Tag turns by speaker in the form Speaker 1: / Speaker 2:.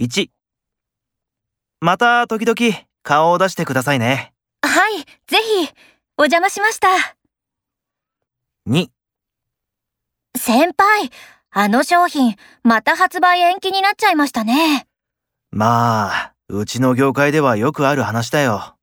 Speaker 1: 1また時々顔を出してくださいね
Speaker 2: はい、ぜひ、お邪魔しました。
Speaker 1: 2
Speaker 2: 先輩、あの商品、また発売延期になっちゃいましたね。
Speaker 1: まあうちの業界ではよくある話だよ